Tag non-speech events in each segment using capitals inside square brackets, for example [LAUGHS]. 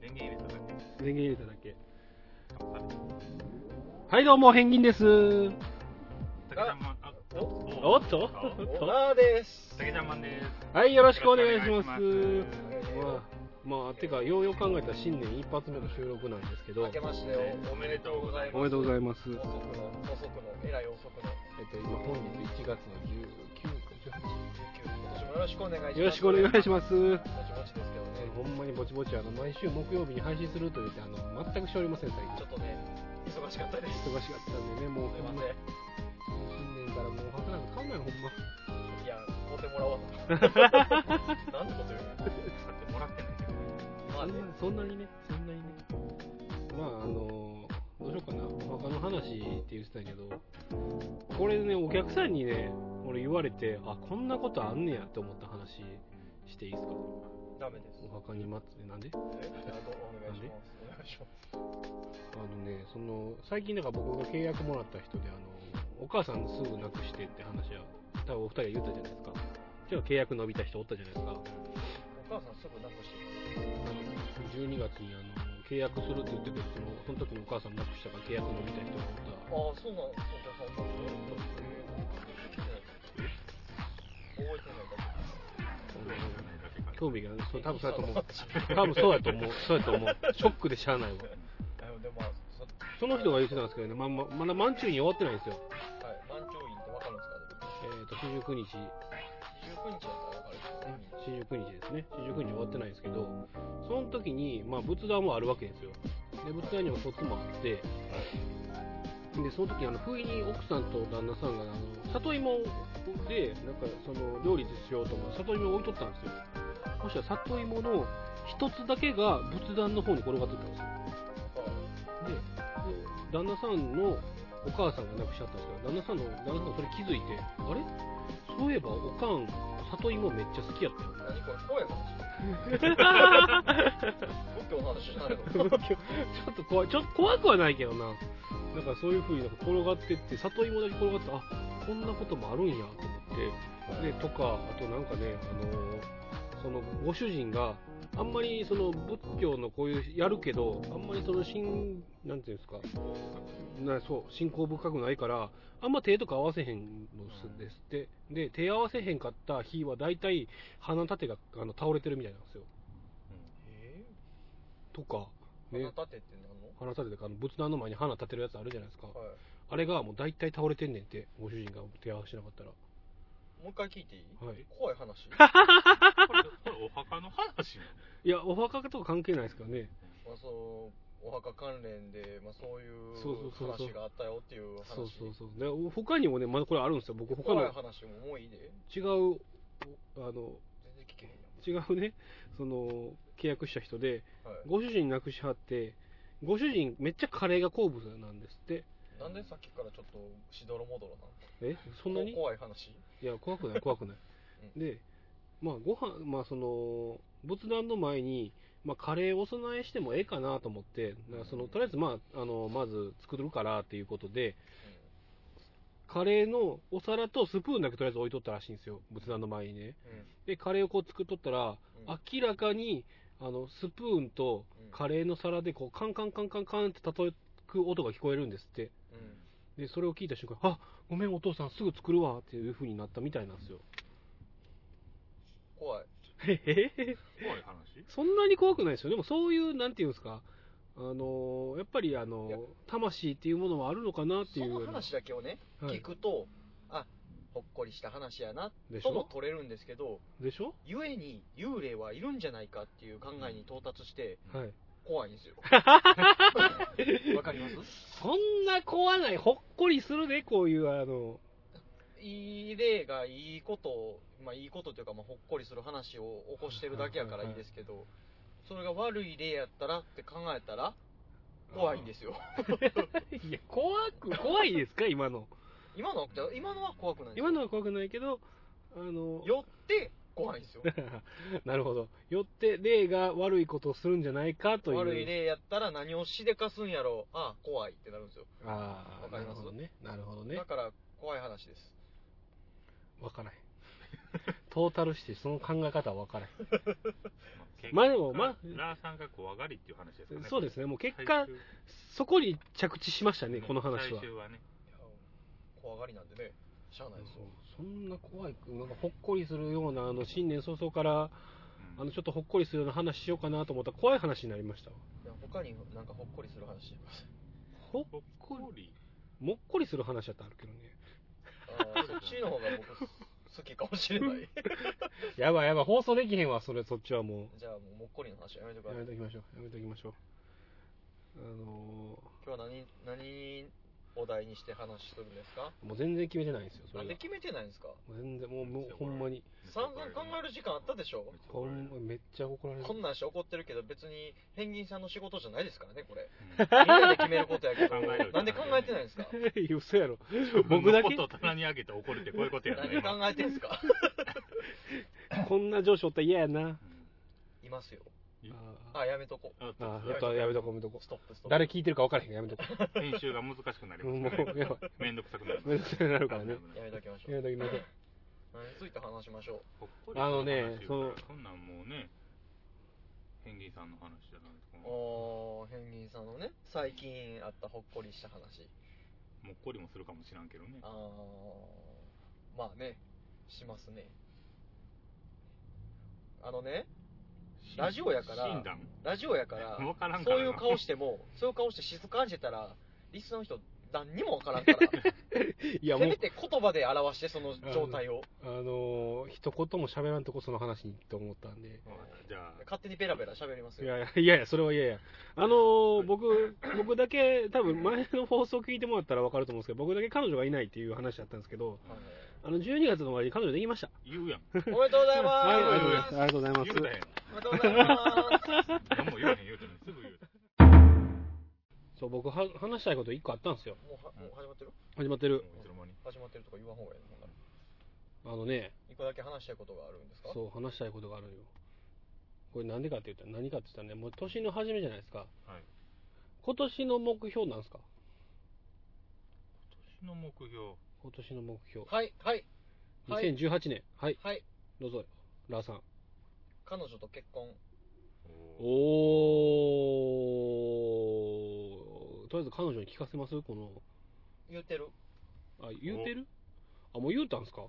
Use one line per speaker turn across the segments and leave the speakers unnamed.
電源入れただけ。
電源入れただけ。
カッパです。
はい、どうも、ペンギンです。
竹ちゃんマン、あ、お
おっと
お
おっ
オ
と
ナーです。
竹ちゃんマンです。
はい、よろしくお願いします。
よろしくお願いし
まあ、まあ、てか、ようよう考えたら新年一発目の収録なんですけど、お
明けましておめでとうございます。
めでとうござい
ま
ます。え
遅くの、遅くの、えらい遅くの。
っと、今、本日1月の19か
今年もよろしくお願いしま
18。
す。
よろしくお願いします。
す。もちもちですけどね、
ほんまにぼちぼち、あの、毎週木曜日に配信すると言って、あの、全くしておりません、最
ち
近。
ょっとね、忙しかったです。す
忙しかったんでね、もう、
み
ほ
ま
んま
せん。
新年からもう、お墓なんか買うなよ、ほんま。
いや、買うてもらおう。なんてこと言う
[LAUGHS]
使ってもらってないけど。
のまあね、
そんなにね、そんなにね。まあ、あのどうしようかな、お墓の話って言ってたんやけど、これね、お客さんにね、俺言われて、あ、こんなことあんねやって思った話していいですか
ダメです。
お墓に待つ、なんで
えあとお願いします。お願いします。
あのね、その、最近なんか僕が契約もらった人で、あの、お母さんすぐ亡くしてって話は、多分お二人が言ったじゃないですか。じゃあ契約伸びた人おったじゃないですか。
お母さんすぐ亡くしてる。
12月にあの契約するって言ってたそのその時のお母さん亡くしたから契約のみたいな人が
ああ、そうなんです。お客さん、覚えてない。覚えてないだけです。
おった興味がねそう多分そうやと思う [LAUGHS] 多分そうやと思うそうやと思うショックでしゃあないわ
あのでもまあそ
その人が言ってたんですけどねまままだ満中に終わってないんですよ
はい、満潮院ってわかるんですか
えっ、と49日
二十九日だったらわかるんですかね。
49日ですね49日終わってないんですけどその時に、まあ、仏壇もあるわけですよで仏壇にも骨もあってでその時あの不意に奥さんと旦那さんがあの里芋でなんかその料理しようと思って里芋を置いとったんですよそしたら里芋の一つだけが仏壇の方に転がってたんですよで旦那さんのお母さんが亡くしちゃったんですけど旦那さんの旦那さんがそれ気づいてあれそういえばおかん里芋めっちゃ好きやったよ
[LAUGHS]
な
何これ、怖い話。仏教の話じゃないの。
ちょっと怖い、ちょっと怖くはないけどな。なんかそういう風になんか転がってって、里芋だけ転がって、あ、こんなこともあるんやと思って、で、とか、あとなんかね、あのーそのご主人が、あんまりその仏教のこういうやるけど、あんまりその信、なんていうんですか、なそう、信仰深くないから、あんま手とか合わせへんのすですって。で、手合わせへんかった日は大体鼻立てがあの倒れてるみたいなんですよ。
え
とか、
え
ね
ー、。花立てって何の。
花立ててあの仏壇の前に花立てるやつあるじゃないですか、
はい。
あれがもう大体倒れてんねんってご主人が手合わせしなかったら
もう一回聞いていい。
はい [LAUGHS]
怖い話。
これ、これお墓の話なの
いやお墓とか関係ないですからね
まあ、そう。お墓関連で、まあ、そういう
そうそうそうそう
話があったよっていう話。
そうそうそうで他にもねまだこれあるんですよ僕他の
怖い話ももういいで。
違うあの
全然聞けへんよ。
違うねその契約した人で
はい。
ご主人亡くしはってご主人めっちゃカレーが好物なんですって
なんでさっきからちょっとしどろもどろなの。
えそんなに
怖い話。
いや怖くない怖くない
う
でまあご飯まあその仏壇の前に、まあ、カレーお供えしてもええかなと思ってだからそのとりあえず、まあ、あのまず作るからっていうことでカレーのお皿とスプーンだけとりあえず置いとったらしいんですよ仏壇の前にね
うん。うん。
でカレーをこう作っとったら
うん
明らかにあのスプーンとカレーの皿でこうカンカンカンカンカンって叩く音が聞こえるんですって
うん。
でそれを聞いた瞬間「あごめんお父さんすぐ作るわ」っていう風になったみたいなん
[LAUGHS]
ですよ
怖い。
へへへ
怖い話
そんなに怖くないですよ。でもそういう、なんていうんですか、あのーやっぱりあのー
いや
魂っていうものはあるのかなって
そ
いう。
の話だけをね。
はい
聞くと、あほっこりした話やな
でし
とも
ょ
取れるんですけど、
でしょ
ゆえに幽霊はいるんじゃないかっていう考えに到達して、
はい。
怖いんですよ。
[LAUGHS]
わかります
そんな怖ない、ほっこりするね、こういう、あの、
いい霊がいいことを、まあ、いいことというか、まあ、ほっこりする話を起こしてるだけやからいいですけど、それが悪い霊やったらって考えたら、怖いんですよ。
[LAUGHS] いや、怖く、怖いですか、今の。
今のは、今のは怖くないんですよ
今のは怖くないけど、あの、
よって、怖いんですよ。
なるほど。よって、霊が悪いことをするんじゃないか [LAUGHS] という。
悪い霊やったら何をしでかすんやろう、あ怖いってなるんですよ。
ああ、
わかります
なるほどね。なるほどね
だ。から、怖い話です。
わからへん。 [LAUGHS] トータルしてその考え方は分からへ
ま
まあ
あ
で
で
も
も、
まあ
まあ、ラーさんが怖がりっていう話ですか
ん
ね。。
そうですすねもう結
結
果
果、
そこに着地しましたねこの話
最
は
終はね。
怖がりなんでねしゃあないですよ、
そんな怖いなんかほっこりするようなあの新年早々から
うん
あのちょっとほっこりするような話しようかなと思ったら怖い話になりましたわ
いや他になんかほっこりする話してます
ほっ
ほっこり。
もっこりする話だったらあるけどね
あーそっちの方が僕好きかもしれない
やばいやばい放送できへんわそれそっちはも
じゃあもうもっこりの話はやめてく
うや
ださい
めときましょうやめときましょうあの
今日は何何お題にして話するんですか
ーもう全然決めてないんですよそ
な
れ
ん
が
で決めてないんですか
もう全然もうもうほんまに
散々考える時間あったでしょ
ほんまめっちゃ怒られる
こんなんして怒ってるけど別にペンギンさんの仕事じゃないですからねこれみんなで決めることやけど
考える
なんで考えてないんですか
いや嘘やろ [LAUGHS] 僕
僕だ
だ
け。自分のこ
け
とを棚に上げて怒るってこういうことやね。
[LAUGHS]
何考えてんすか
こんな上司おったら嫌やない
ますよ
え
あ
あやめとこ
今
あ
あ
やっとやめとこうやめとこ
ストップストップ
誰聞いてるか分からへんからやめとこ
編集が難しくなり
う
ま
も
すね。
うやばい
めんどくさくなる。
めんどくさくなるからね
やめときましょ
や
う
めときましょう
何について話しましょ
ほっこりする話
あのね
言う
その
からそんなんもうね、ペンギンさんの話じゃないとか
うおーペンギンさんのね最近あったほっこりした話
もっこりもするかもしらんけどね。
あーまあねしますねあのねラジオやから
診断
ラジオやから
わからんか
そ
ら
う
な
いう顔してもそういう顔して静かにしてたらリスナーの人何にもわから
[LAUGHS]
んから
いやも
せ
う
めて言葉で表してその状態を
あのー一言も喋らんとこその話にと思ったんで
わかったじゃあ、
勝手にベラベラ喋ります
い
よ
やいやいやいやそれはいやいやあのー僕僕だけ多分前の放送聞いてもらったら分かると思うんですけど僕だけ彼女がいないっていう話だったんですけど
はい
あの12月の終わりに彼女できました
言うやん。
おめでとうござい
はい [LAUGHS] ありがとうござい
ま
ますすありがとうござい
言うたや
ます
ん。
おめでとうございます
何も言わへん言うたのにすぐ言うた。
そう僕は話したいこと1個あったんですよ
もうはもう始まってる
始まってる
もういつの間に。
始まってるとか言わん方がいいのほんなら
あのね
一個だけ話したいことがあるんですか
そう話したいことがあるよこれなんでかって言ったら何かって言ったらねもう年の初めじゃないですか
はい。
今年の目標なんですか
今年の目標。
今年の目標
はいはいはい
2018年はい
はい
どうぞラーさん
彼女と結婚
おー
おーとりあえず彼女に聞かせますこの
言うてる
あ言うてるあもう言うたんですか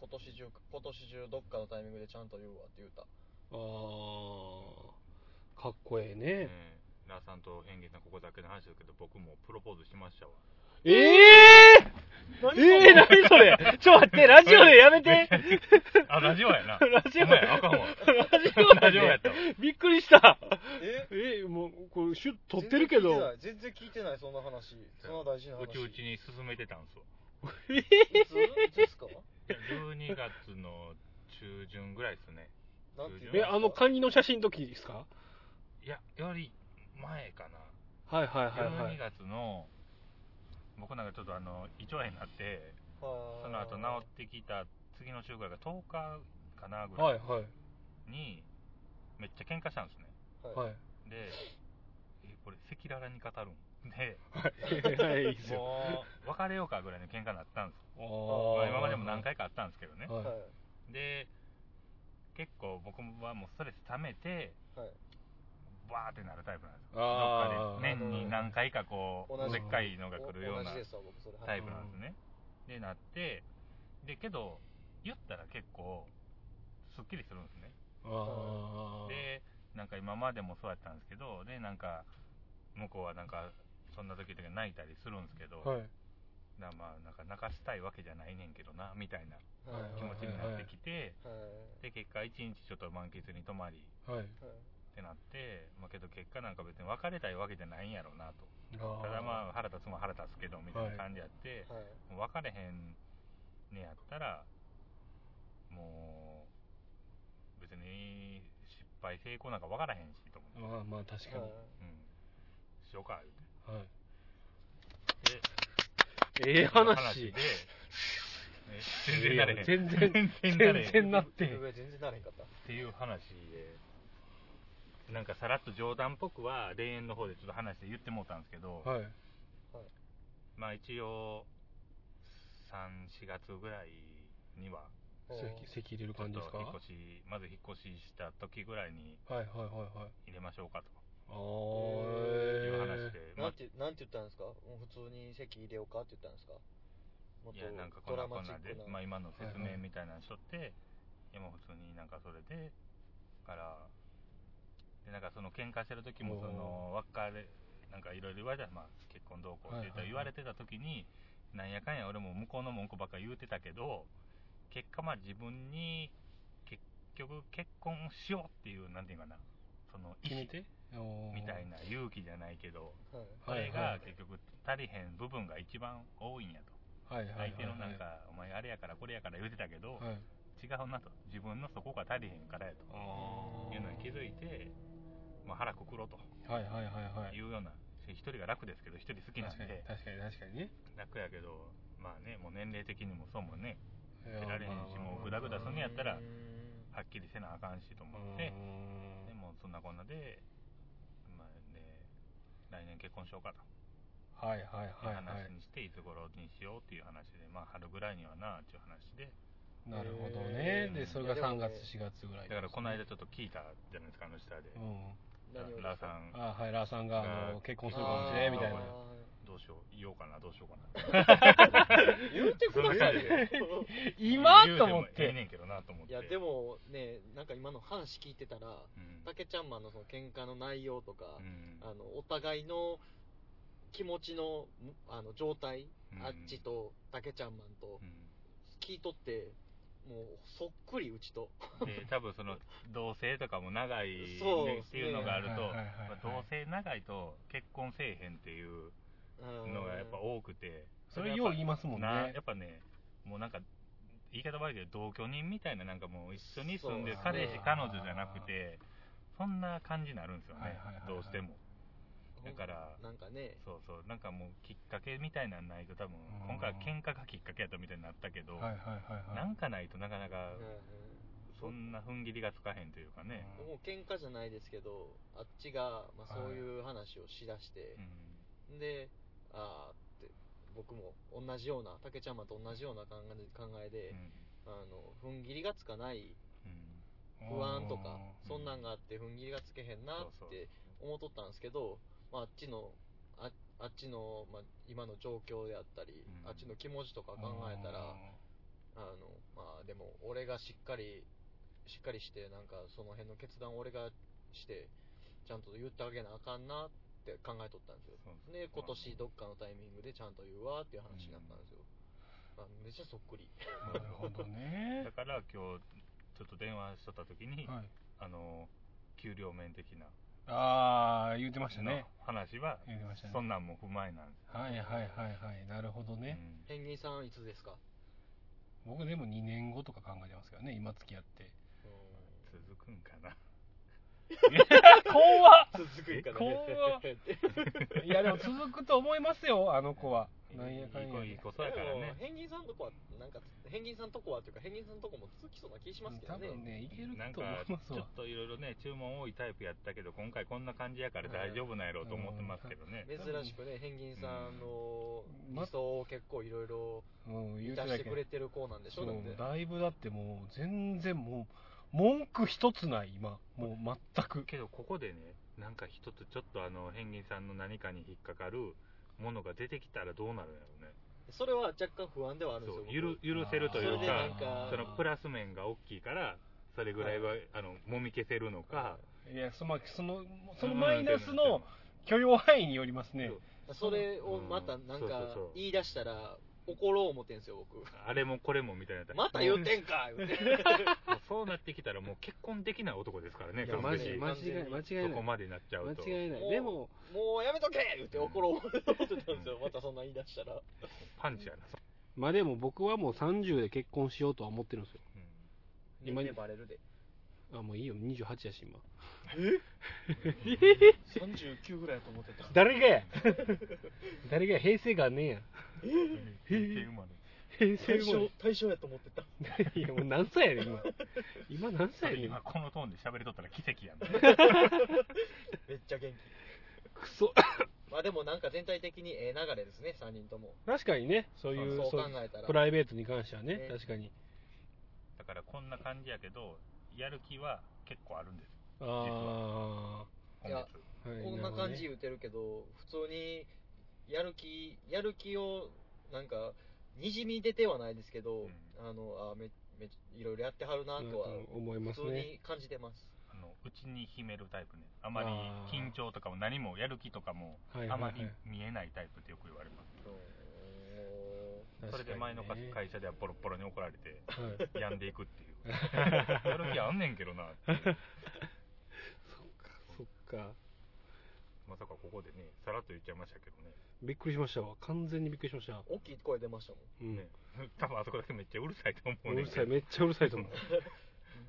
今年中今年中どっかのタイミングでちゃんと言うわって言うた
あーかっこええね
ねラーさんと変幻さんここだけの話ですけど僕もプロポーズしましたわ
ええー、えー、なにそれちょ待ってラジオでやめて
あラジオやな
[LAUGHS] ラジオ
お前あかんわ
ラジオ
ラ
だ
ジオやっ
ね
た
びっくりした
え
えもうこれシュッ撮ってるけど
全然聞いてないそんな話そんな大事な話
うちうちに進めてたんすわ
いついつですか
12月の中旬ぐらいですね
なんていう
えあの
か
カニの写真の時ですか
いやより前かな
はいはいはいは
12
い
月の僕なんかちょっとあの胃腸炎になってその後治ってきた次の週ぐらいが10日かなぐ
は
ら
い
い
はい
にめっちゃ喧嘩したんですね
は
はい
でえこれ赤裸々に語るん [LAUGHS]
[LAUGHS]
で
はい、いいですよ。
もう別れようかぐらいの喧嘩になったんです
あ
まあ
ー
今までも何回かあったんですけどね、
はいい。
で結構僕はもうストレス溜めて
はい
バーってなるタイプなんですよど
あ
っか
ー
で年に何回かこ
同
うで
じ
っかいのが来
お
るよう
同
な
じですわ僕それはい
タイプなんですねでなってでけど言ったら結構すっきりするんですね
あー
でなんか今までもそうやったんですけどでなんか向こうはなんかそんな時々泣いたりするんですけど、
はい。
なまあなんか泣かしたいわけじゃないねんけどなみたいな
はい
はい
気持ちになってきて、
はい
で結果一日ちょっと満喫に泊まり
はい。
はい
ってなって、まあ、けど結果なんか別に別れたいわけじゃないんやろうなと
あ
ただまあ腹立つもん腹立つけどみたいな感じやって、
はい
もう別れへんねやったらもう別に失敗成功なんか分からへんしと思って、
まあまあ、確か
はい
うん、しようか言う
に。はい。
て
ええ
で
話。
ね全然なれへん
全然
全然なれへん
全然なってへん。
上全然なれへんかった
っていう話でなんかさらっと冗談っぽくは霊園の方でちょっと話で言ってもうたんですけど、
はい。
まあ一応34月ぐらいには
籍籍入れる
ちょっ
感じ
と
ですか
引っ
は
越しまず引っ越しした時ぐらいに
いはいはいはい
入れましょうか
あ
という話
ー
で、ま
な
あ、
んて、なんて言ったんですかもう普通に席入れようかって言ったんですかもっ
いやなんか
と
こ
ド
んなこん
ラマチ
な
ッ
ん
ク
で、
な。
まあ、今の説
はいは
明み
い
たいなのしとって、いやもう普通になんかそれでからでなんかその喧嘩してる時もその別れなんかいろいろ言われたまあ結婚どうこうって言った
はいは
言われ
いはい
てた時に、なんやかんや俺も向こうの文句ばっか言うてたけど結果まあ自分に結局結婚しようっていうなんていうかなその意思
決めておー
みたいな勇気じゃないけど
はい
そ
は
れが
いはい
結局足りへん部分が一番多いんやと。
はいはいはい
相手のなんか、お前あれやからこれやから言うてたけど、
は
違
い
うなと、自分のそこが足りへんからやと
あー
いうのに気づいて、まあ、腹くくろと
はいはいはいはい
いうような、一人が楽ですけど、一人好きなん
確かに
で、
確かに確かにね
楽やけど、まあね、もう年齢的にもそうもね、
い
出ら
や
れへんし、もうグダグダすんのやったら、はっきりせなあかんしと
う
思っ
ーん
て、でもそんなこんなで、まあね、来年結婚しようかと。
はいはいはいは
話にして、いつ頃にしようっていう話で、まあ春ぐらいにはなあっていう話で、
いなるほど
え
ね
ー
でそれ
いや
が
でも
3
ね
月4月ぐらい
だからこの間ちょっと聞いたじゃないですか、あの下で。
うん
ラ
何を
ラーさん、
あはいラーさんがあの
が
結婚するかもしれんみたいな
あ
どうしよう、言おうかな、どうしようかな。
ー言ってくださいよ。
今
言う
と
て
思
も
っ
ええ
て
ねんけどなと思っ
い
て。
や、で
も、
もね、なんか今の話聞いてたら、
うん
たけちゃんマンのその喧嘩の内容とか、
うん
あの、お互いの気持ちの、あの、状態、あっち、と、たけちゃんマンと
う、ん
聞いとって、もう、そっくりうちと。
で、多分その、同棲とかも長い、
そう
ねっていうのがあると、
はいはいはいはい
まあ同棲長いと結婚せえへんっていう
うん
のがやっぱ多くて、
それよう言い
ま
ますもんね
やっぱね、もうなんか、言い方悪いけど、同居人みたいな、なんかもう一緒に住んでる
そう
彼
です
氏
ね、
彼女じゃなくて、そんな感じになるんですよね、
はいはいはいはい
どうしても。だから、
なんかね、
そうそうなんかもうきっかけみたいなんないと多分
うん
今回は喧嘩がきっかけやったみたいになったけど、
はいはいはいはい
なんかないとなかなか
うん
そんな踏ん切りがつかへんというかね、
もう喧嘩じゃないですけど、あっちが、まあ、そういう話をしだして
うん、
で、あーって、僕も同じような、竹ちゃんまと同じような考えで考えで、あの、踏ん切りがつかない
うん
不安とか、
ん
そんなんがあって踏ん切りがつけへんな
そ
っ
うそう
て思っとったんですけど、まあ、あっちの、ああっちの、まあ、今の状況であったり、
うん
あっちの気持ちとか考えたら、あの、まあでも、俺がしっかり、しっかりして、なんかその辺の決断を俺がして、ちゃんと言ってあげなあかんなって考えとったんですよ。
そうそう
で、今年どっかのタイミングでちゃんと言うわっていう話になったんですよ。まあ、めっちゃそっくり。
なるほど
だ [LAUGHS]
ね
から今日ちょっと電話しとった時に、
はい
あの給料面的な
ああ言ってましたね
話は、
言ってましたね
そんなんも不満なんです
はいはいはいはいなるほどね、
うん
ペンギンさんいつですか
僕でも2年後とか考えてますけどね今付き合って
続くんかな
怖っ
続くんかな [LAUGHS]
怖っいやでも続くと思いますよあの子はなんやかんや
いい
で
子そうやからね
ペンギンさんとこは、なんか、ペンギンさんとこはっていうか、ペンギンさんとこも続きそうな気しますけど
多
ね。
分ねいける
なん
と
か
思います
ちょっ
わ
といろいろね注文多いタイプやったけど今回こんな感じやから大丈夫なんやろうと思ってますけどね、
珍しくね、ペンギンさんの
うん
理想を結構いろいろ
うん言う
満
て
た
たけ
して
ど
くれてる子なんでし
そ
ょ
う
だって
だいぶだってもう全然もう文句一つない今もう全く
けどここでねなんか一つちょっとあのペンギンさんの何かに引っかかるものが出てきたらどうなるんやろ
それは若干不安ではあるんですよ
うね
僕
そうゆる許せるという
それでなん
か
か
そのプラス面が大きいからそれぐらいは、あの揉み消せるのか、
いやそ,、まあ、そのそのマイナスの
う
許容範囲によりますね
そう
それをまた
うん
なん
そうそう
か
そう
言い出したら怒ろう思ってんすよ僕
んあれもこれもみたいな
また言うてんか言うて
もうそうなってきたらもう結婚できない男ですからね
いや
完
マ
全
ジ
に
間違い間違い
そ
な
こ
い
までなっちゃうと
間違いない
もう
でも
もうやめとけ言うて怒ろう思ってたんですよまたそんな言い出したら
パンチやな、
まあでも僕はもう30で結婚しようとは思ってるんですよ
う
今に
バレるで
あもういいよ28やし今 [LAUGHS]
39ぐらいだと思ってた
誰がや [LAUGHS] 誰がや平成元年や
ん、平成生まれ
平成生まれ
対象やと思ってた
[LAUGHS] いやもう何歳やねん今今何歳やねん
今このトーンで喋りとったら奇跡やん、ね、
めっちゃ元気
クソ
まあでもなんか全体的にええ流れですね3人とも
確かにねそういう
そう
そ
考
う
えたら
プライベートに関してはね
ね
確かに
[LAUGHS] だからこんな感じやけどやる気は結構あるんです
あ
今
いや
月
あ、はい
こんな感じ
る
言うてるけど、普通にやる気、やる気を、なんか、にじみ出てはないですけど、
うん
あの、あめ、め、いろいろやってはるな
ほどね
とは、
うん思いま
普
す
通
ね
に感じてます。
あのうちに秘めるタイプねあまり
あー
緊張とかも何もやる気とかも
はい
あ
はい
ま
はい
り見えないタイプってよく言われます、
確
そ
か
れ
にね
で前の会会社ではボロッボロに怒られ
[LAUGHS]
て
はい
病んでいくっていう
[LAUGHS]
やる気あんねんけどなっていう
そっかそっか
まさかここでねさらっと言っちゃいましたけどね [LAUGHS]
びっくりしましたわ完全にびっくりしました
大きい声出ましたもん。
うん、
ね多分あそこだけめっちゃうるさいと思
う
うねん
る
け
さい
ど
めっちゃうるさいと思う [LAUGHS]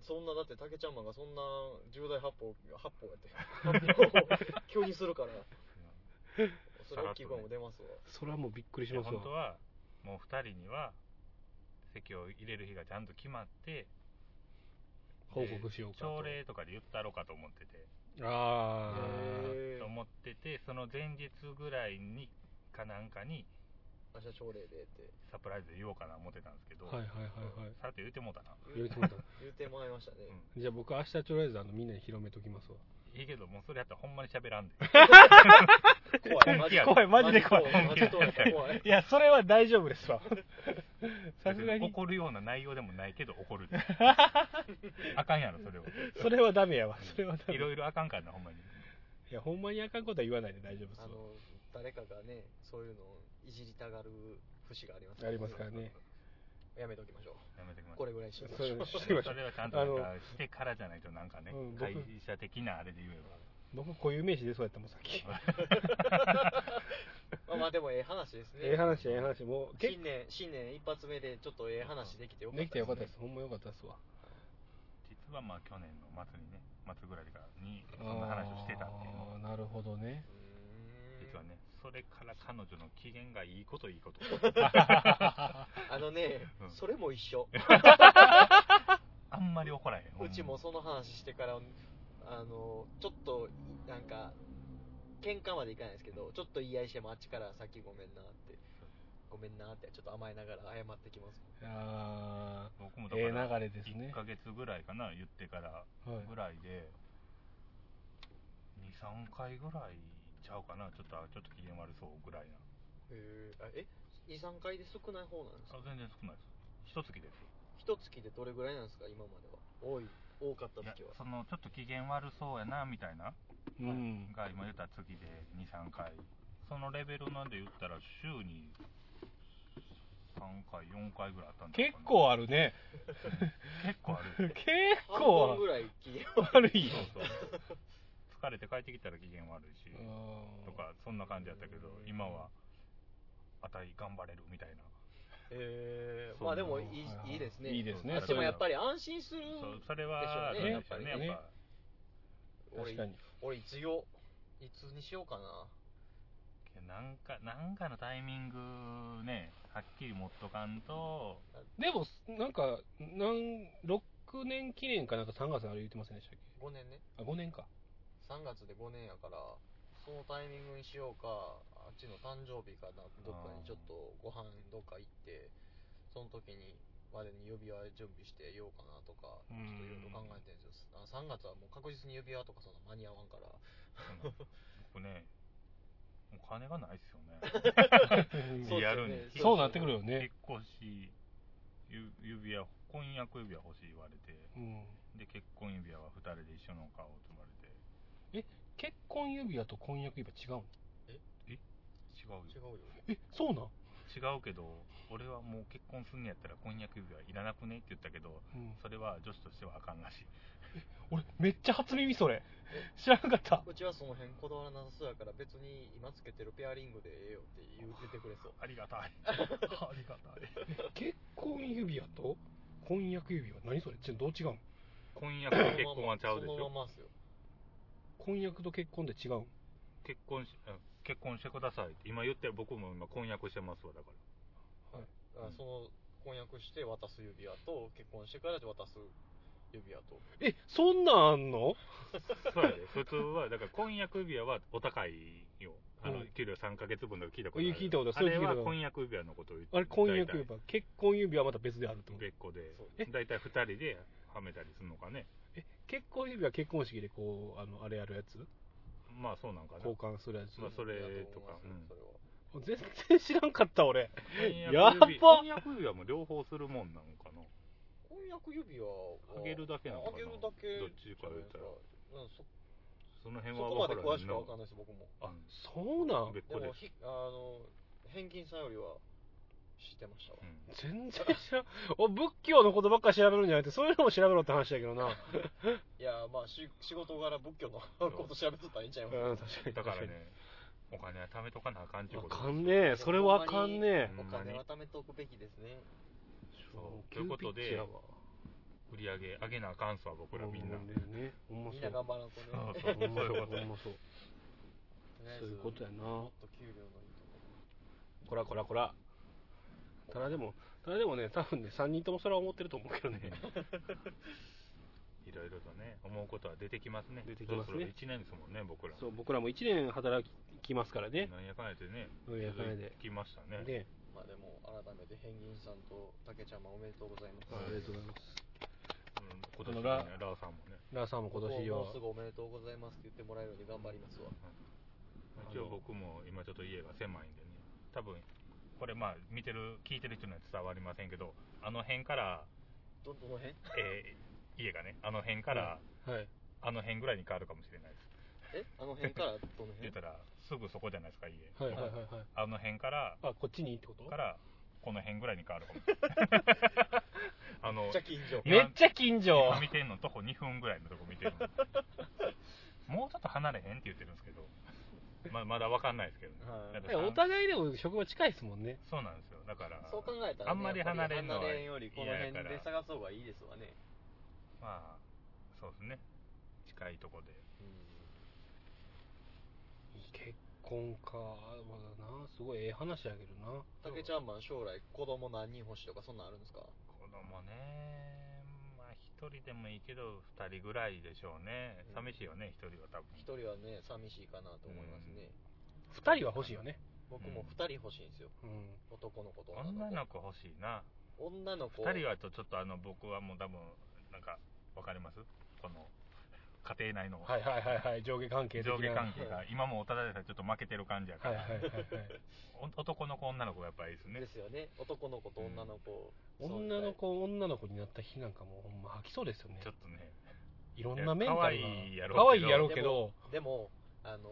そんな、だって、竹ちゃんマンがそんな、重大発砲、発砲やって、発砲を [LAUGHS] 急にするから、それ大きい声も出ますわ。
それはもうびっくりし
いや
ます
本当
わ
はもう2人には席を入れる日がちゃんと決まって
報告しようかと
朝礼とかで言ったろうかと思ってて
ああ
へ
と
ー
思っててその前日ぐらいにかなんかに
明日朝礼でって
サプライズで言おうかな思ってたんですけど、
はいはいはいはい
さて言うてもうたな、
言うてもらった
言ってもらいましたね。
う
じゃあ僕明日とりあえずあのみんなに広めときますわ
ん、いいけどもうそれやったらほんまに喋らんで
怖
[LAUGHS]
い、マジで
怖
いマジで怖い
マジで怖い。 [LAUGHS] 怖い
いや、それは大丈夫です [LAUGHS] わ。さすがに、
怒るような内容でもないけど怒るあかんやろそれは
それはダメやわ。それはダメ。
いろいろあかんからなほんまに
いや、ほんまにあかんことは言わないで大丈夫です
あ
わ。
の誰かがねそういうのをいじりたがる節があります
ありますからね。
やめておきましょ
やめてきま
う
す
これぐらいにしましょ
そうれし
そ
て
れは
ま
ち
しょう
ゃんとなんかしてからじゃないとなんかね、
うん僕
会社的なあれで言えば
僕、固有名詞でそうやったもん、さっき。
[LAUGHS] まあまあでもええ話ですね
ええ話、ええ話。もう、結
新年新年一発目でちょっとええ話できてよ
構、
かった
できてよかったです。ほんまよかったですわ。
実はまあ去年の末にね末ぐらいからにそんな話をしてたっていうの
あーなるほどね。
うーん
実はねそれから彼女の機嫌がいいこといいこと
あのね、
うん
それも一緒
あんまり怒らへんほんま
うちもその話してからあのちょっとなんか喧嘩までいかないですけどちょっと言い合いしてもあっちからさっきごめんなってごめんなってちょっと甘えながら謝ってきます
あ
僕も
ー
だ
ええ
から
流れです
1
ね。
ヶ月ぐらいかな言ってから
はい
ぐらいで23回ぐらいちゃうかなちょっとあちょっと機嫌悪そうぐらいな
へえあえ23回で少ない方なんですか
あ全然少ないです一月です
一月でどれぐらいなんですか今までは多い多かった
いや
時は
そのちょっと機嫌悪そうやなみたいな
うん。
が今言った月で23回そのレベルなんで言ったら週に3回4回ぐらいあったんじゃな
結
いかな
構ある [LAUGHS] ね。
結構ある
結
半
構
分ぐらい期限は
悪いよ。
そうそう疲れて帰ってきたら機嫌悪いしとかそんな感じやったけど今はあたい頑張れるみたいな
え
そう
まあでもい
はいはい
いいいですね
いいですね
あっちもやっぱ
り
り安心する
そうそれはあ
で
る
しょう
ねやっぱりね
ね
ね
やっぱ
確かに。
俺いつよいつにしようかな
なんかなんかのタイミングねはっきり持っとかんと
でも、なんか、なん6年記念かなんか3月のあれ言ってませんでしたっ
5年ね
けあ、5年か。
3月で5年やからそのタイミングにしようかあっちの誕生日かなどっかにちょっとご飯どっか行ってその時にまでに指輪準備してようかなとかち
う
ょ
ん
っといろいろ考えてるんですよあ3月はもう確実に指輪とかそんな間に合わんから
[LAUGHS] うん僕ねお金がないですよね
そうですよね
リアルに
[LAUGHS] そうなってくるよ
結
ね。
婚しゆ指輪婚約指輪欲しい言われて
うん
で結婚指輪は2人で一緒の顔って言われて
結婚指輪と婚約指輪違うの
違う
違
よ
うよ
え、そうなん
違うけど俺はもう結婚するんやったら婚約指輪いらなくねって言ったけど
うん
それは女子としてはあかんらしい
俺、めっちゃ初耳それ。 [LAUGHS] 知らなかった。
うちはその辺こだわらなさそうやから別に今つけてるペアリングでええよって言う言ってくれ
[LAUGHS]
そう
ありが [LAUGHS] たいありがたい
結婚指輪と婚約指輪何それちょどう違うの
婚約と結婚はちゃうでし
その
ょ
まんまっすよ
婚約と結婚で違うの
結婚しうん結婚してくださいって今言って僕も今婚約してますわだか
あその婚約して渡す指輪と結婚してから渡す指輪と
え、そんなんあんの
らそうやで普通はだから婚約指輪はお高いよあの
うん
給料3ヶ月分とか聞いたことある
聞いたことある
あれ
それ聞
は
いたことある
婚約指輪のことを言って
あれ婚約指
大体
輪結婚指輪はまた別であるってこと
別個で
そう
え
大体2人ではめたりするのかね
え結婚指輪結婚式でこうあのあれやるやつ
まあそうなんかな
交換するやつ、
まあそれとか
だ思いますそれは
全然知らんかった俺
婚約指
やばっ
婚約指輪も両方するもんなのかな
婚約指輪を
あげるだけなのかな
あげるだけ
どっちか言ったら
うんそ
その辺
そ
は
こまで
分から
詳
へ
し
ん
く
な
は分かんないです僕も
あ
そうなん
別
で
個で
もひあの返金さよりは知ってましたわ
うん
全然知らんお仏教のことばっかり調べるんじゃなくてそういうのも調べろって話だ
[LAUGHS]
けどな
いやまあし仕事柄仏教の [LAUGHS] こと調べとったらいいんちゃいます
うん [LAUGHS] 確かに
だから
確
ねお金は貯めとかなあかんっていう
に
こ
あ
と
かんねえそれはあかんね
ほ
お
んまに
金は貯めておくべきですね
え
そうということで
急ピッチやわ
売り上げ上げなあかんすわ僕らみんな
ほまにねほんま
みん
そ
な
う
頑張らんと
そう
ね
そう
ほんま
そう
そ
いううこと
ほんまそうそうい
とりあえず
うことやな
もっと給料のいい
こらこらこらただでもただでもね多分ね3人ともそれは思ってると思うけどね
いろいろとね思うことは出てきますね
出てきますね
そろそろ1年ですもんね僕ら
そう僕らも1年働きますからね
なんやかんやでね
なんやかんやで
続きましたね
で
まあでも改めてペンギンさんと竹ちゃんもおめでとうございます
ありがとうございます
うん今年はねラーさんもね
ラーさんも今年は
もうすぐおめでとうございますって言ってもらえるように頑張りますわ
あの
一応僕も今ちょっと家が狭いんでね多分これまあ見てる聞いてる人には伝わりませんけどあの辺から、
どどの辺
えー家がねあの辺から、
はい
あの辺ぐらいに変わるかもしれないです [LAUGHS]
えあの辺からどの
言
辺
ったらすぐそこじゃないですか家、
はいはいはいはい
あの辺から
あこっちにってこと
からこの辺ぐらいに変わるかもしれ
[LAUGHS]
ないあの
めっちゃ近所
めっちゃ近所
今見てんの徒歩2分ぐらいのとこ見てるのもうちょっと離れへんって言ってるんですけどままだわかんないですけどね
はい
だって
えお互いでも職場近いですもんね
そうなんですよだから
そう考えたら、ね、
あんまり離れんのは
離れんよりこの
嫌やから
辺で探す方がいいですわね
まあそうですね近いとこで
結婚かまだなすごいええ話やけどな
たけちゃんマン将来子供何人欲しいとかそんなんあるんですか
子供ねまあ1人でもいいけど2人ぐらいでしょうね
うん
寂しいよね1人は多分
一人はね寂しいかなと思いますね、
2人は欲しいよね
僕も二人欲しいんですよ
うん
男の子と
女
の
の子欲しいな
子女の子
2人はとちょっとあの僕はもう多分なんかわかりますこの家庭内の
はいはいはいはい上下関係的な
上下関係が今もおただでさえちょっと負けてる感じやか
はい
ら、
はいはいはい
お男の子女の子がやっぱりいいですね
ですよね男の子と女の子、
女の子女の子になった日なんかもうほんま吐きそうですよね
ちょっとね
いろんな面から
可愛いやろうけど
可愛いやろうけど
でもあの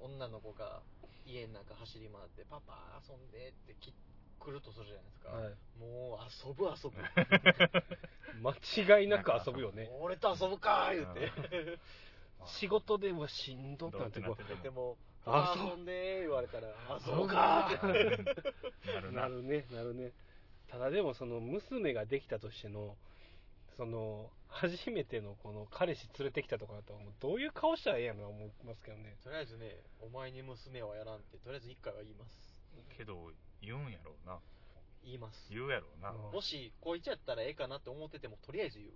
女の子が家の中走り回ってパパ遊んでってき来るとするじゃないですか、
は
もう遊ぶ遊ぶ
[LAUGHS]
い間違いなく遊ぶよね
俺と遊ぶかー言って、
仕事でもしんど
ど
くな
う
っ
って
て
なっ
こ
て
で [LAUGHS]
ても
も「
あ
あ
そう
遊んで」言われたら「あ
そ
そうう
か
か
うんなる
う
な
なるねなるねただでもその娘ができたとしてのその初めてのこの彼氏連れてきたとかだったらもうどういう顔したらええんやろな思いますけどね
とりあえずね「お前に娘はやらん」ってとりあえず一回は言います
けど言うんやろうな
言います
言うやろうな、
うん
もしこいつやったらええかなって思っててもとりあえ [LAUGHS] ず言う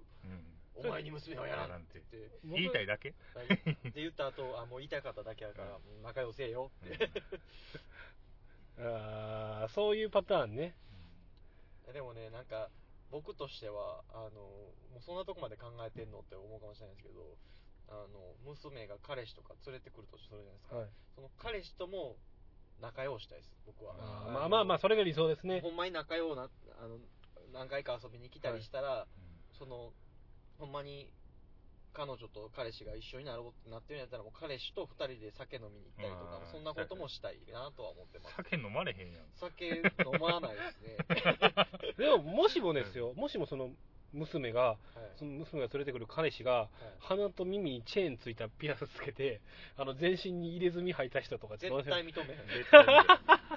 「お前に娘はやらん」って言 [LAUGHS] って
うん、言いたいだけ、
はいって言った後あもう言いたかっただけやからもう仲良せえよ
うん
あーそういうパターンね
でもねなんか僕としてはあのもうそんなとこまで考えてんのって思うかもしれないですけどあの娘が彼氏とか連れてくるとするじゃないですか、
はい
その彼氏とも仲良うしたいです僕は
あ
ー
ーまあまあまあそれが理想ですね
ほんまに仲良うなあの何回か遊びに来たりしたら、そのほんまに彼女と彼氏が一緒になろうってなってるんやったらもう彼氏と2人で酒飲みに行ったりとか
あー
そんなこともしたいなとは思ってます
酒飲まれへんやん
酒飲まないで
[LAUGHS]
すね、
でももしもですよもしもその娘が
はい
その娘が連れてくる彼氏が
はい
鼻と耳にチェーンついたピアスつけてあの全身に入れ墨履いた人とか
絶対認めへん
絶対に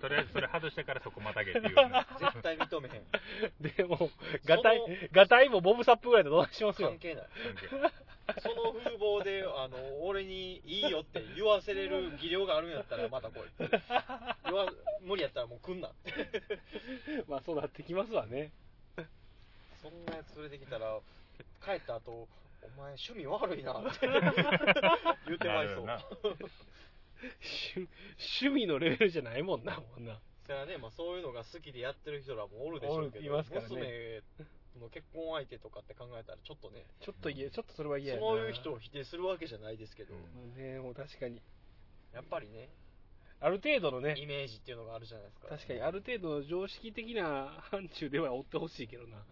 とりあえずそれ外してからそこまたげっていうね
絶対認めへん
でもガタイガタイもボブサップぐらいでどうしますよ
関係ないその風貌であの俺にいいよって言わせれる技量があるんやったらまた来いって言わ無理やったらもう来んなって
まあそうなってきますわね
そんなやつ連れてきたら帰った
[LAUGHS]
後お前趣味悪いなって言ってまいそ
なる
う
よな
趣趣味のレベルじゃないもんな、もんな。
それはね、まあ、そういうのが好きでやってる人らもおるでしょうけど
おるいますからね
娘の結婚相手とかって考えたらちょっとね
ちょっと嫌、ちょっとそれは嫌やな。
そういう人を否定するわけじゃないですけど、
うん
ね、もう確かに。
やっぱりね
ある程度のね、
イメージっていうのがあるじゃないですか
確かにある程度の常識的な範疇では追ってほしいけどな。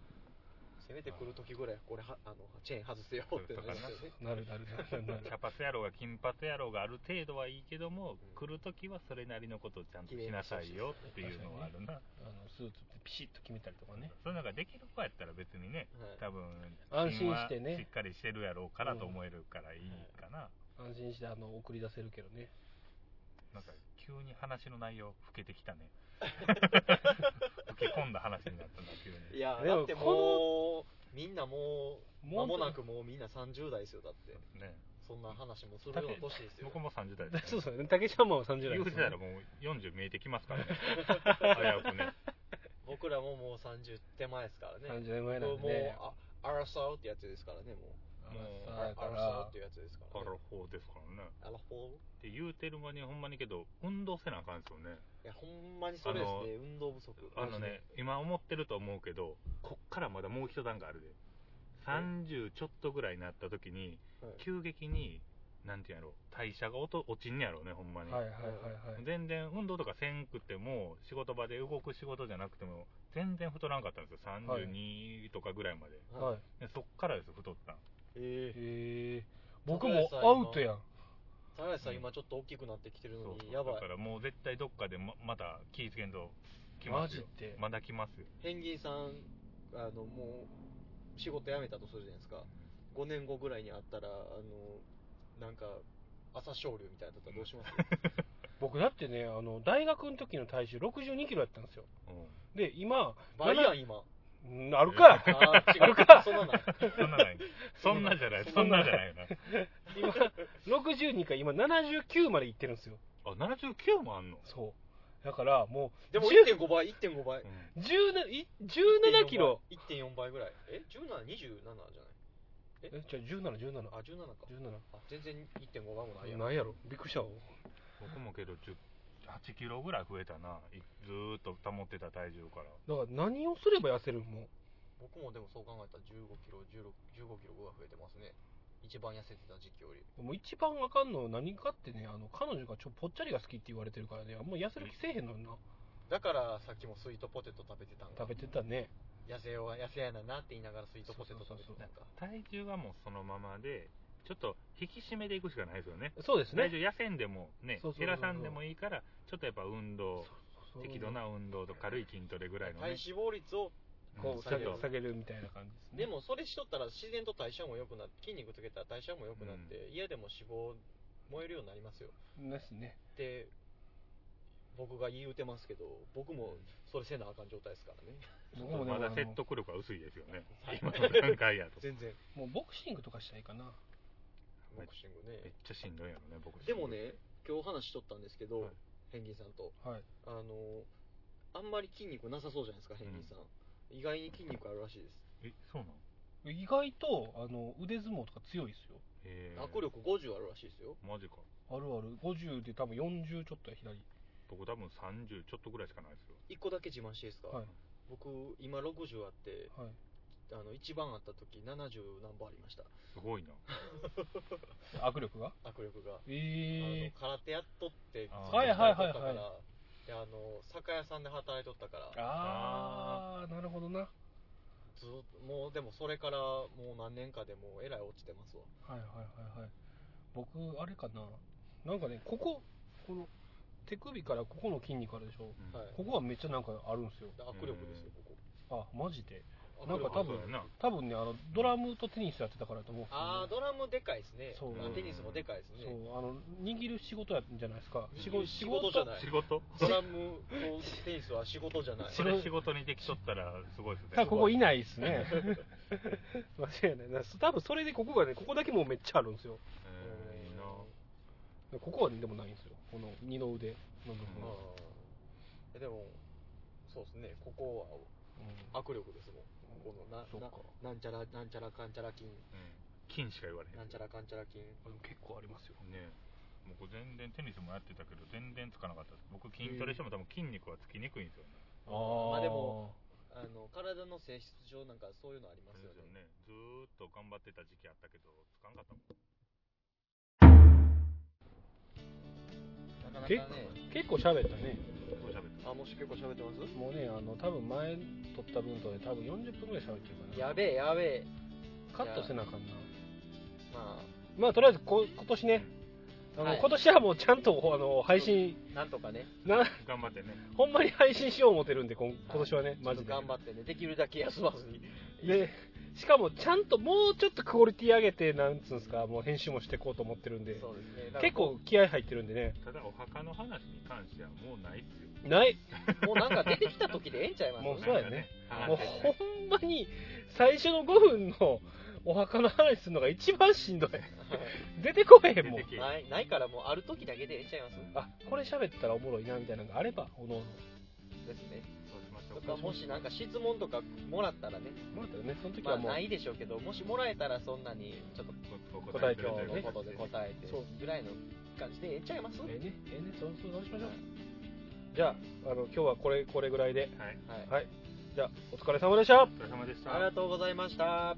せめて来る時ぐらいこれはあのチェーン外せよってなりますよね
なるなるなるなる。
茶髪やろうが金髪やろうがある程度はいいけども、来るときはそれなりのことをちゃんとしなさいよっていうのはあるな、
あのスーツってピシッと決めたりとかね。
そういうのができる子やったら別にね
はい
多分
安心し
自
てね
分はしっかりしてるやろうからと思えるからいいかな、
安心してあの送り出せるけどね。
なんか急に話の内容老けてき
[LAUGHS]
たね老け込んだ話になったな急
い
に
や
でも
だってもうみんなもう
も
間
う
もなくもうみんな30代ですよだって
ね
そんな話もするような年ですよ
僕も30代です
そ
ね、
うそうね。竹ちゃんも30代
言う
で
て
す
た
よ
ら
ね
もう40見えてきます
[LAUGHS]
からね危うくね
僕らももう30手前ですからね
30年前なん
も
で
う
ね。
あアラサーってやつですからねも
も
う
う
あだか
ア
ら
ラサーっていうやつですか
ア
ら、
ラ
ね、
フォーですからね
アラフォ
っ
ー
て言うてる間にほんまにけど運動せなあかんですよね
いやほんまにそれですね運動不足
あのね今思ってると思うけどこっからまだもう一段階あるで30ちょっとぐらいになった時に
はい
急激になんていうんやろ代謝がおと落ちんねやろうねほんまに、
はいはいはいはい。
全然運動とかせんくても仕事場で動く仕事じゃなくても全然太らんかったんですよ32とかぐらいまで、
はい。
でそっからです太ったん
え
へ
え
え僕
高
も
橋さん
アウトやん。
高橋さん今ちょっと大きくなってきてる
そ
の
うそう
にやばい
だからもう絶対どっかでままた気ぃつけんと来
マ
ます
ジ
よ
って。
まだ来ますよ
ペンギンさんあのもう仕事辞めたとするじゃないですか5年後ぐらいに会ったらあのなんか朝青龍みたいなのだったらどうします
僕だってね、あの、大学の時の体重62キロやったんですよ。
うん
で、今、
倍やん今
うんあるか
あー違
ある
う
か
そんなない
そんなない。そんなじゃない。そんなじゃないよな。
今、62から今79までいってるんですよ。
あ、79もあんの
そう。だから、もう、
でも
10
1.5倍1.5倍
17い17キロ。
1.4倍ぐらいえ1727じゃない
え、じゃあ17、17。
あ17かあ全然1.5倍もないや
17。
ん
なんやろびっくりしたわ。
僕もけど、10 8キロぐらい増えたな。いずーっと保ってた体重から。
だから何をすれば痩せるんも
僕もでもそう考えたら15キロ16 15キロが増えてますね一番痩せてた時期より
う。もう一番あかんのは何かってね、あの、彼女がちょぽっちゃりが好きって言われてるからね、あんま痩せる気せえへんのにな。
だからさっきもスイートポテト食べてたんか
食べてたね。
痩せようが痩せやななって言いながらスイートポテト食べてたんか
体重はもうそのままで、ちょっと引き締めていくしかないですよね。
そうです
体
ね。
重痩せんでもね
そう、そうそう
減
そう
らさんでもいいから、ちょっとやっぱ運動、適度な運動と軽い筋トレぐらいの
体
ね
脂。肪率を
こう
ちょ
下
っ
げ
と
下げるみたいな感じですね。
でもそれしとったら自然と代謝も良くなって筋肉つけたら代謝も良くなって、嫌でも脂肪燃えるようになりますよ
ですね。
って僕が言うてますけど僕もそれせなあかん状態ですからね
僕もね
ま
あ
だ
の
説得力は薄いですよ [LAUGHS] ね
はい。
今の段階やと。
全然
もうボクシングとかしたらいいかな。
ボクシング
めっ
ね
ちゃしんどいやろね、僕。
でも。ね今日話しとったんですけど、
はい
ペンギンさんと
はい。
あのあんまり筋肉なさそうじゃないですかペンギンさん、意外に筋肉あるらしいです、
え、そうなの
意外と、あの、腕相撲とか強いですよ。
えー
握。力50あるらしいですよ
マジか。
あるある。50で多分40ちょっとや左。
僕多分30ちょっとぐらいしかないですよ。
1個だけ自慢していいですか、
はい。
僕今60あって
はい。
あの一番あった時70何本ありました
すごいな。
握力が
握力が、
ええ
あの空手やっとって
あー
ずっとやっとったから
はいはいはいは
であの酒屋さんで働いとったから
ー。あー、なるほどな。
ずっともうでもそれからもう何年かでもうえらい落ちてますわ
はいはいはいはい僕あれかななんかねこここの手首からここの筋肉あるでしょ
うん
はい
ここはめっちゃなんかあるんですよ
で握力ですよこ
あマジで
こ
なんか多分
そうやな
多分ねあのドラムとテニスやってたからやと思うんですよね
ああドラムでかいですね
そう
あテニスもでかいです
そ
ね
うあの握る仕事やったんじゃないですか
握る
仕事
仕事じゃない
仕事
ドラムとテニスは仕事じゃない
それ仕事にできとったらすごいです
だ
ね。
からここいないですね [LAUGHS] 間違いないな多分それでここがねここだけもうめっちゃあるんですよ
えーいいな
でここはねでもないんですよこの二の腕の部分
うんえでもそうですねここ
うん
は握力ですもんこのな
そうか
ななんちゃらなんちゃらかんちゃら筋
うん金しか言われへん。
なんちゃらかんちゃら筋
あの結構ありますよ
ね僕全然テニスもやってたけど全然つかなかったです僕筋トレしても多分筋肉はつきにくいんですよね、
あー
まあでもあの体の性質上なんかそういうのありま
あ
す
れ
よ
ですよ
ね
ねずーっと頑張ってた時期あったけどつかんかったもん
なかなか
結
ね
構結構喋ったね
どう喋って
あもし結構喋ってます
もうねあの多分前撮った分とで多分40分ぐらい喋ってるから
やべえやべえ
カットせなあかんな
ま
まあとりあえずこ今年ねあの、
はい
今年はもうちゃんとあの配信
あなんとかね
な
頑張ってね
ほんまに配信しよう思ってるんでこん今年はね、
ちょ
マ
っ
ジ
と
で
頑張ってねできるだけ休まずに
でしかもちゃんともうちょっとクオリティ上げてなんつうんですかもう編集もしていこうと思ってるんで
そうですねだから
結構気合入ってるんでね
ただお墓の話に関してはもうないっすよ
ない
もうなんか出てきた時でええんちゃいます
もうそうやね
はい
もうほんまに最初の5分のお墓の話するのが一番しんどい出てこへんもん
出てけえへん
ないないからもうある時だけでええんちゃいます
あこれ喋ったらおもろいなみたいなのがあればおのおの
ですね
そうしましょ
と
う
かもしなんか質問とかもらったらね
もらったらねその時
ま
は
あ
もう、
ないでしょうけどもしもらえたらそんなにちょっと
おお答えくれ
答
て
え
るという
とね
こ
こ
と
とで
で
答えて
そう
ぐらいの感じでええんちゃいます
ええねええねそうそうそうしましょうじゃああの今日はこれこれぐらいで
はい
はい
はいじゃあお疲れ様でした
お疲れ様でし
あ
た
りがとうございました。